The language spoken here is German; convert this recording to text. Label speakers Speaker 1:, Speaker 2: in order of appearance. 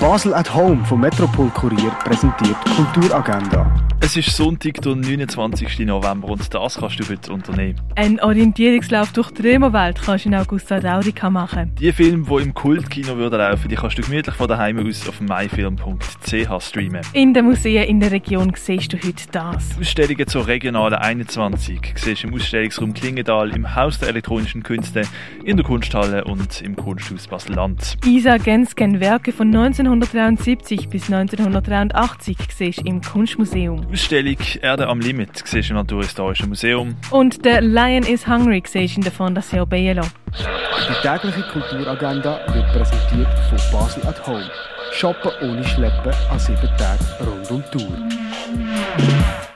Speaker 1: Basel at Home vom Metropol Kurier präsentiert Kulturagenda.
Speaker 2: Es ist Sonntag, der 29. November und das kannst du heute unternehmen.
Speaker 3: Ein Orientierungslauf durch die Römerwelt kannst du in Augusta Raurica machen.
Speaker 2: Die Filme, die im Kultkino würden laufen, die kannst du gemütlich von daheim aus auf myfilm.ch streamen.
Speaker 3: In den Museen in der Region siehst du heute das.
Speaker 2: Ausstellungen zur Regionalen 21 siehst du im Ausstellungsraum Klingenthal, im Haus der elektronischen Künste, in der Kunsthalle und im Kunsthaus Basel-Land.
Speaker 3: Isa Gensken Werke von 1973 bis 1983 siehst du im Kunstmuseum.
Speaker 2: Die Ausstellung «Erde am Limit» siehst du im Naturhistorischen Museum.
Speaker 3: Und der Lion is Hungry siehst du in der Fondation Bielo.
Speaker 1: Die tägliche Kulturagenda wird präsentiert von Basel at Home. Shoppen ohne Schleppen an sieben Tagen rund um die Tour.